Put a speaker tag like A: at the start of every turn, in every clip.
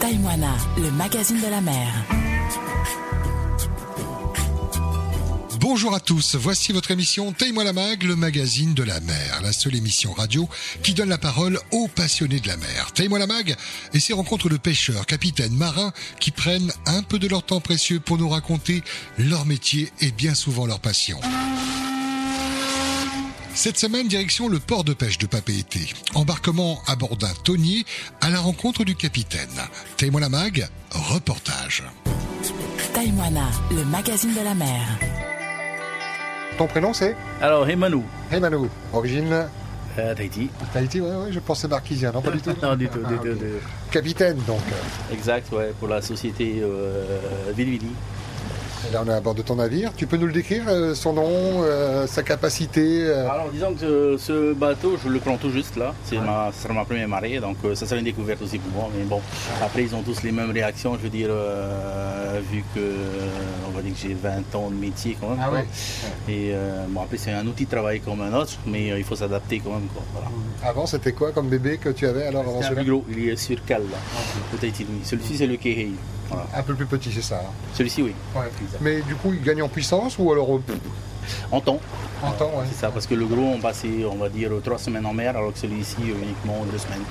A: Taïmoana, le magazine de la mer.
B: Bonjour à tous, voici votre émission Taille-moi la mag, le magazine de la mer, la seule émission radio qui donne la parole aux passionnés de la mer. Taille-moi la mag et ses rencontres de pêcheurs, capitaines, marins qui prennent un peu de leur temps précieux pour nous raconter leur métier et bien souvent leur passion. Cette semaine, direction le port de pêche de Papeete. Embarquement à bord d'un tonnier à la rencontre du capitaine. Taille-moi la mag, reportage.
A: Taïmoana, le magazine de la mer.
B: Ton prénom c'est
C: Alors, Hemanou,
B: Hey Manu, origine
C: euh, Tahiti.
B: Tahiti, ouais, ouais, je pensais Marquisien, non pas du tout.
C: Non, du tout, du
B: Ah, ok.
C: tout, du tout.
B: Capitaine donc. euh,
C: Exact, ouais, pour la société euh, Vilvini.
B: et Là on est à bord de ton navire. Tu peux nous le décrire, euh, son nom, euh, sa capacité euh,
C: Alors, disons que euh, ce bateau, je le prends tout juste là. C'est ma, ce sera ma première marée, donc euh, ça sera une découverte aussi pour moi. Mais bon, après, ils ont tous les mêmes réactions, je veux dire, euh, vu que euh, on va dire que j'ai 20 ans de métier quand même.
B: Ah
C: quoi.
B: ouais.
C: Et euh, bon, après, c'est un outil de travail comme un autre, mais euh, il faut s'adapter quand même. Quoi, voilà.
B: Avant c'était quoi comme bébé que tu avais alors avant
C: C'est un
B: celui-là
C: plus gros, il est sur cale là, le Tahiti Nui. Celui-ci, c'est le Kehei. Voilà.
B: Un peu plus petit c'est ça. hein.
C: Celui-ci, oui,
B: Mais du coup il gagne en puissance ou alors euh, pff,
C: en temps.
B: en temps ouais.
C: C'est ça, parce que le gros, on passait, on va dire, trois semaines en mer, alors que celui-ci, euh, uniquement deux semaines.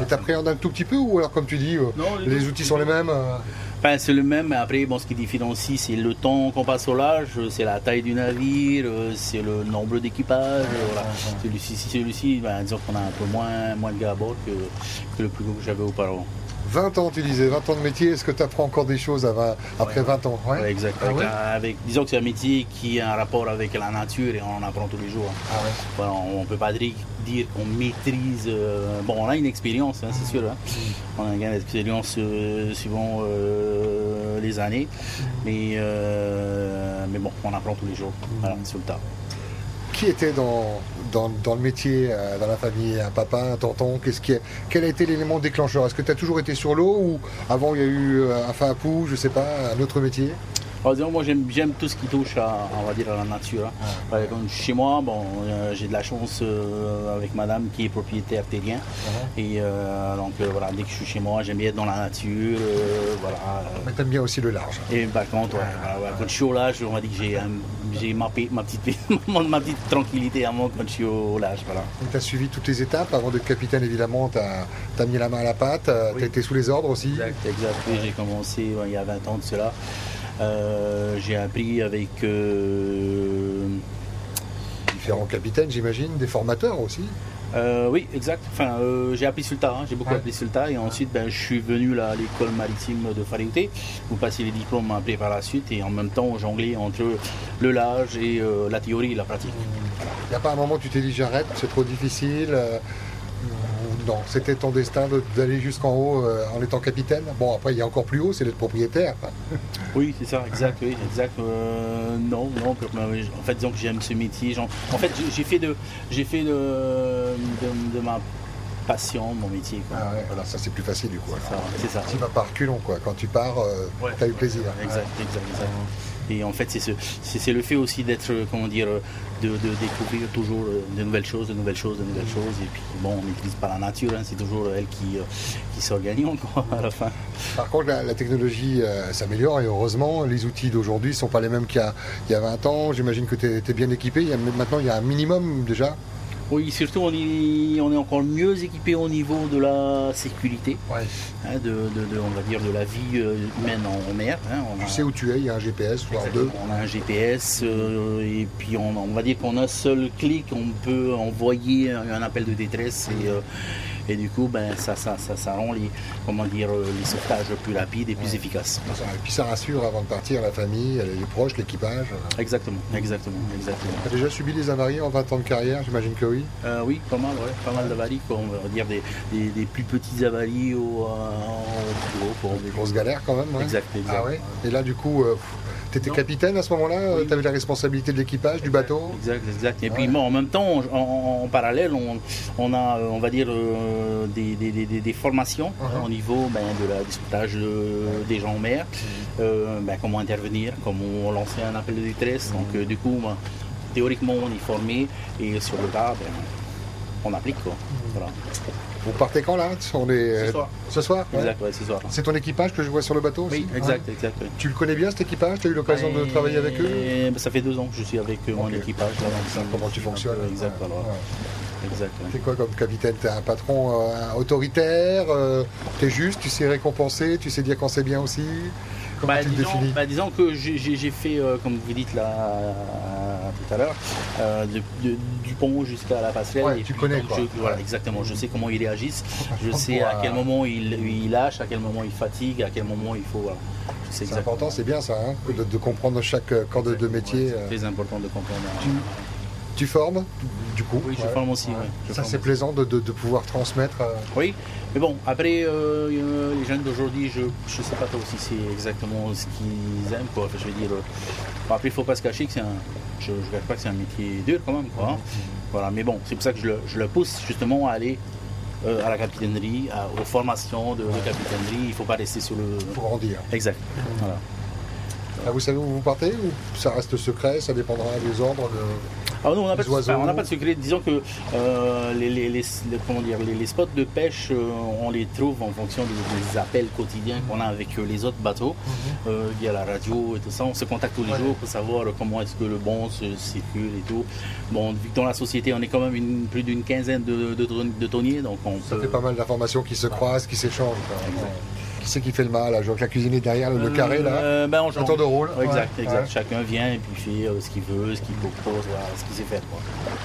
B: Et t'appréhendes un tout petit peu ou alors comme tu dis euh,
C: Non,
B: les outils sont les mêmes euh,
C: Enfin, c'est le même, mais après, bon, ce qui différencie, c'est le temps qu'on passe au large, euh, c'est la taille du navire, euh, c'est le nombre d'équipages. euh, voilà. Celui-ci, si celui-ci ben, disons qu'on a un peu moins, moins de gars à bord que, que le plus gros que j'avais auparavant.
B: 20 ans tu disais, 20 ans de métier, est-ce que tu apprends encore des choses à vingt- après
C: Ouais.
B: 20 ans Ouais.
C: Ouais, exact.
B: Ah
C: Avec
B: ouais
C: un- avec- disons que c'est un métier qui a un rapport avec la nature et on en apprend tous les jours. hein.
B: Ah ouais.
C: Voilà, on ne peut pas dire dire qu'on maîtrise. euh, bon, on a une expérience, hein, c'est sûr. hein.
B: Mm.
C: On a une expérience euh, suivant euh, les années.
B: Mm.
C: Mais, euh, mais bon, on apprend tous les jours. Voilà, sur le tas.
B: Qui était dans, dans, dans le métier, euh, dans la famille Un papa, un tonton Qu'est-ce qui est- Quel a été l'élément déclencheur Est-ce que tu as toujours été sur l'eau ou avant il y a eu euh, un fin à pou, je sais pas, un autre métier
C: Alors, disons, moi, j'aime, j'aime tout ce qui touche à, on va dire, à la nature. hein. Ouais, comme chez moi, bon, euh, j'ai de la chance euh, avec madame qui est propriétaire terrien. Et euh, donc, euh, voilà, dès que je suis chez moi, j'aime bien être dans la nature. euh, voilà.
B: Mais Bah, t'aimes bien aussi le large.
C: Et par contre, ouais, voilà, ouais, quand je suis au large, on va dire que j'ai, euh, j'ai ma, paix- ma, petite, paix- mon- ma petite tranquillité à moi quand je suis au large. Voilà.
B: Tu as suivi toutes les étapes. Avant d'être capitaine, évidemment, tu as, mis la main à la pâte, euh,
C: Oui.
B: t'as été sous les ordres aussi.
C: Exact, exact. Oui, j'ai commencé ouais, il y a 20 ans de cela. Euh, j'ai appris avec. euh,
B: Différents capitaines, j'imagine, des formateurs aussi.
C: euh, oui, exact. Enfin, euh, j'ai appris sur le tas. hein. J'ai beaucoup
B: Ouais.
C: appris sur le tas. Et ensuite, ben, je suis venu là, à l'école maritime de Faréouté. Vous passez les diplômes après par la suite. Et en même temps, jongler entre le large et euh, la théorie et la pratique.
B: Il n'y a pas un moment où tu t'es dit j'arrête, c'est trop difficile euh, ou Non, c'était ton destin de- d'aller jusqu'en haut euh, en étant capitaine. Bon, après, il y a encore plus haut, c'est d'être propriétaire.
C: Oui, c'est ça, exact, oui, exact. Euh, non, non, que- euh, en fait, disons que j'aime ce métier. j'en- En fait, j'ai- j'ai fait de, j'ai fait de, de, de ma passion mon métier. quoi.
B: Ah ouais, voilà, ça c'est plus facile du coup. alors.
C: Ça, C'est ça.
B: Tu vas pas reculons quoi, quand tu pars, tu
C: Ouais.
B: t'as eu plaisir.
C: Exact, exact, exact. Et en fait, c'est ce- c'est c'est le fait aussi d'être, euh, comment dire, euh, de, de découvrir toujours euh, de nouvelles choses, de nouvelles choses, de nouvelles choses. Et puis, bon, on n'utilise pas la nature, hein, c'est toujours elle qui, euh, qui sort gagnant, quoi, à la fin.
B: Par contre, la, la technologie euh, s'améliore et heureusement, les outils d'aujourd'hui ne sont pas les mêmes qu'il y a, il y a 20 ans. J'imagine que tu es, bien équipé. Il y a- maintenant, il y a un minimum déjà.
C: Oui, surtout, on, y- on est encore mieux équipé au niveau de la sécurité. hein, de, de- de- on va dire de la vie euh, humaine en mer. hein. on, a,
B: Tu sais où tu es, il y a un GPS, voire deux.
C: on a un GPS euh, et puis on, on va dire qu'on a un seul clic, on peut envoyer un, un appel de détresse et, euh, et du coup ben, ça, ça, ça, ça rend les, comment dire, euh, les sauvetages plus rapides et plus efficaces.
B: Et puis ça rassure avant de partir la famille, les proches, l'équipage.
C: Exactement, exactement, exactement.
B: Tu as déjà subi des avaries en 20 ans de carrière, j'imagine que oui.
C: Euh, oui, pas mal, ouais, pas mal d'avaries, quoi. on va dire des, des- des plus petites avaries au, euh, au plus gros, quoi.
B: Des grosses galères quand même. ouais.
C: Exact, exact.
B: Ah ouais Et là, du coup, tu étais
C: Non.
B: capitaine à ce moment-là
C: Oui.
B: Tu avais la responsabilité de l'équipage, du bateau
C: Exact, exact. Et
B: Ouais.
C: puis bon, en même temps, on- en, en parallèle, on, on a, euh, on va dire, euh, des, des- des- des- des formations
B: Uh-huh.
C: hein, au niveau ben, de la, du sauvetage euh, des gens en mer,
B: Mm-hmm.
C: Euh, ben, comment intervenir, comment lancer un appel de
B: Mm-hmm.
C: détresse. Donc euh, du coup, ben, théoriquement, on est formé et sur le tas, ben, on applique. Quoi.
B: Mm-hmm.
C: Voilà.
B: Vous partez quand là On est...
C: Ce soir.
B: Ce soir ouais.
C: Exact, ouais, c'est ça.
B: C'est ton équipage que je vois sur le bateau
C: Oui,
B: aussi Ah
C: exact,
B: Ouais.
C: exact. oui.
B: Tu le connais bien cet équipage Tu as eu l'occasion de travailler avec eux
C: Et, ben, Ça fait deux ans que je suis avec euh, mon
B: Ok.
C: équipage. là, donc ça me-
B: Comment tu fonctionnes
C: Exact,
B: Ouais,
C: voilà.
B: ouais.
C: Exact, ouais.
B: T'es quoi comme capitaine T'es un patron euh, autoritaire euh, T'es juste Tu sais récompenser Tu sais dire quand c'est bien aussi Comment
C: Bah,
B: tu le
C: disons,
B: définis
C: bah, disons que j'ai- j'ai j'ai fait, euh, comme vous dites là euh, tout à l'heure, euh, de- de- du pont jusqu'à la passerelle.
B: Ouais,
C: et
B: tu
C: puis,
B: connais,
C: donc,
B: quoi.
C: je- voilà, exactement. Je sais comment ils réagissent. Je
B: Pour,
C: sais à
B: euh,
C: quel moment ils ils lâchent, à quel moment ils fatiguent, à quel moment il faut. Voilà. Je sais
B: C'est
C: exactement.
B: important, c'est bien ça, hein, de, de comprendre chaque euh, corps de, de métier.
C: Ouais,
B: euh.
C: c'est très important de comprendre.
B: Tu formes, du coup
C: Oui, je
B: ouais.
C: forme aussi. ouais, je
B: Ça,
C: forme
B: c'est
C: aussi.
B: plaisant de, de- de pouvoir transmettre. euh,
C: Oui, mais bon, après, euh, euh, les jeunes d'aujourd'hui, je ne sais pas trop si c'est exactement ce qu'ils aiment, quoi. Enfin, je veux dire, euh, bon, après, il faut pas se cacher que c'est un... Je ne cache pas que c'est un métier dur, quand même, quoi. hein. Voilà, mais bon, c'est pour ça que je le, je le pousse, justement, à aller euh, à la capitainerie, à- aux formations de, de capitainerie. Il ne faut pas rester sur le...
B: pour grandir.
C: Exact, voilà.
B: Ah, vous savez où vous partez ou ça reste secret Ça dépendra des ordres. de-
C: Ah non, on n'a pas,
B: Les oiseaux.
C: de- on n'a pas de secret. Disons que euh, les, les- les- les- comment dire, les- les spots de pêche, euh, on les trouve en fonction des, des appels quotidiens qu'on a avec euh, les autres bateaux, euh, via la radio et tout ça. On se contacte tous les
B: Mhm. Ouais.
C: jours pour savoir euh, comment est-ce que le bon se circule et tout. Bon, vu que dans la société, on est quand même une- plus d'une quinzaine de, de, ton- de tonniers, donc on
B: Ça
C: peut...
B: fait pas mal d'informations qui se
C: bah.
B: croisent, qui s'échangent. quoi. Qui c'est qui fait le mal là Je vois que la cuisine est derrière le, le carré là.
C: Euh, ben, on
B: Un tour de rôle.
C: Exact,
B: Ouais.
C: exact.
B: Ouais.
C: Chacun vient et puis fait euh, ce qu'il veut, ce qu'il propose, voilà, ce qu'il sait faire. quoi.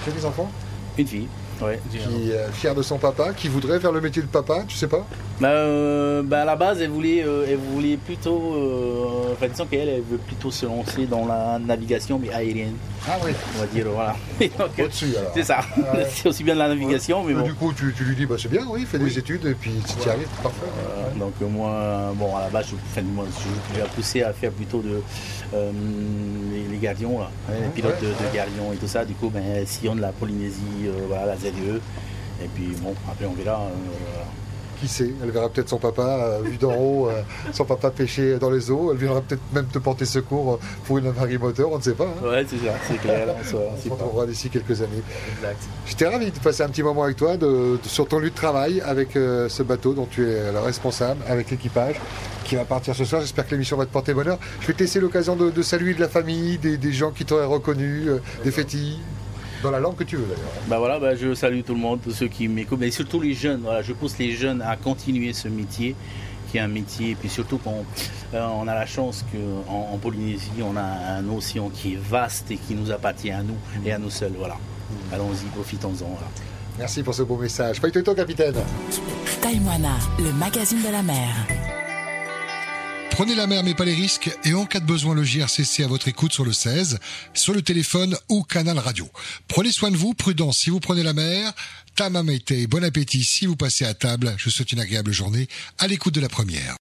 B: Tu as des enfants
C: Une fille, ouais.
B: qui est fier de son papa, qui voudrait faire le métier de papa, tu sais pas
C: Bah, euh, bah, à la base, elle voulait, euh, elle voulait plutôt. Euh, enfin, disons qu'elle, elle veut plutôt se lancer dans la navigation, mais aérienne,
B: Ah oui.
C: on va dire, voilà. Et donc, euh,
B: Au-dessus alors.
C: c'est ça,
B: Ouais.
C: c'est aussi bien de la navigation, mais
B: Mais
C: bon.
B: Du coup, tu, tu lui dis, bah, c'est bien, oui, fais des études, et puis si tu y arrives, parfait.
C: Euh, donc, euh, moi, euh, bon, à la base, je, enfin, moi, je, je la poussais à faire plutôt de, euh, les, les gardions, là, hein, les
B: Ouais,
C: pilotes de,
B: ouais,
C: de
B: ouais.
C: gardions et tout ça. Du coup, ben, elle sillonne la Polynésie, euh, voilà, la ZE. Et puis, bon, après, on verra. euh, voilà.
B: Qui sait, elle verra peut-être son papa, euh, vu d'en haut, euh, son papa pêcher dans les eaux, elle viendra peut-être même te porter secours euh, pour une marimoteur, on ne sait pas. hein.
C: Ouais, c'est ça, c'est clair, on se- on
B: On
C: sait
B: se
C: pas.
B: retrouvera d'ici quelques années.
C: Exact.
B: J'étais ravi de passer un petit moment avec toi de- de- sur ton lieu de travail avec euh, ce bateau dont tu es le responsable, avec l'équipage qui va partir ce soir. J'espère que l'émission va te porter bonheur. Je vais te laisser l'occasion de, de saluer de la famille, des, des gens qui t'auraient reconnu, euh, des fétis, dans la langue que tu veux d'ailleurs.
C: Bah voilà, bah je salue tout le monde, tous ceux qui m'écoutent, mais surtout les jeunes. Voilà, je pousse les jeunes à continuer ce métier, qui est un métier, et puis surtout qu'on euh, on a la chance qu'en en, en Polynésie, on a un océan qui est vaste et qui nous appartient à nous et à nous seuls. Voilà. Allons-y, profitons-en. voilà.
B: Merci pour ce beau message. Païtoito, capitaine.
A: Taïwana, le magazine de la mer.
B: Prenez la mer mais pas les risques et en cas de besoin le JRCC à votre écoute sur le 16, sur le téléphone ou canal radio. Prenez soin de vous, prudence si vous prenez la mer, tamamete, bon appétit si vous passez à table, je vous souhaite une agréable journée à l'écoute de la première.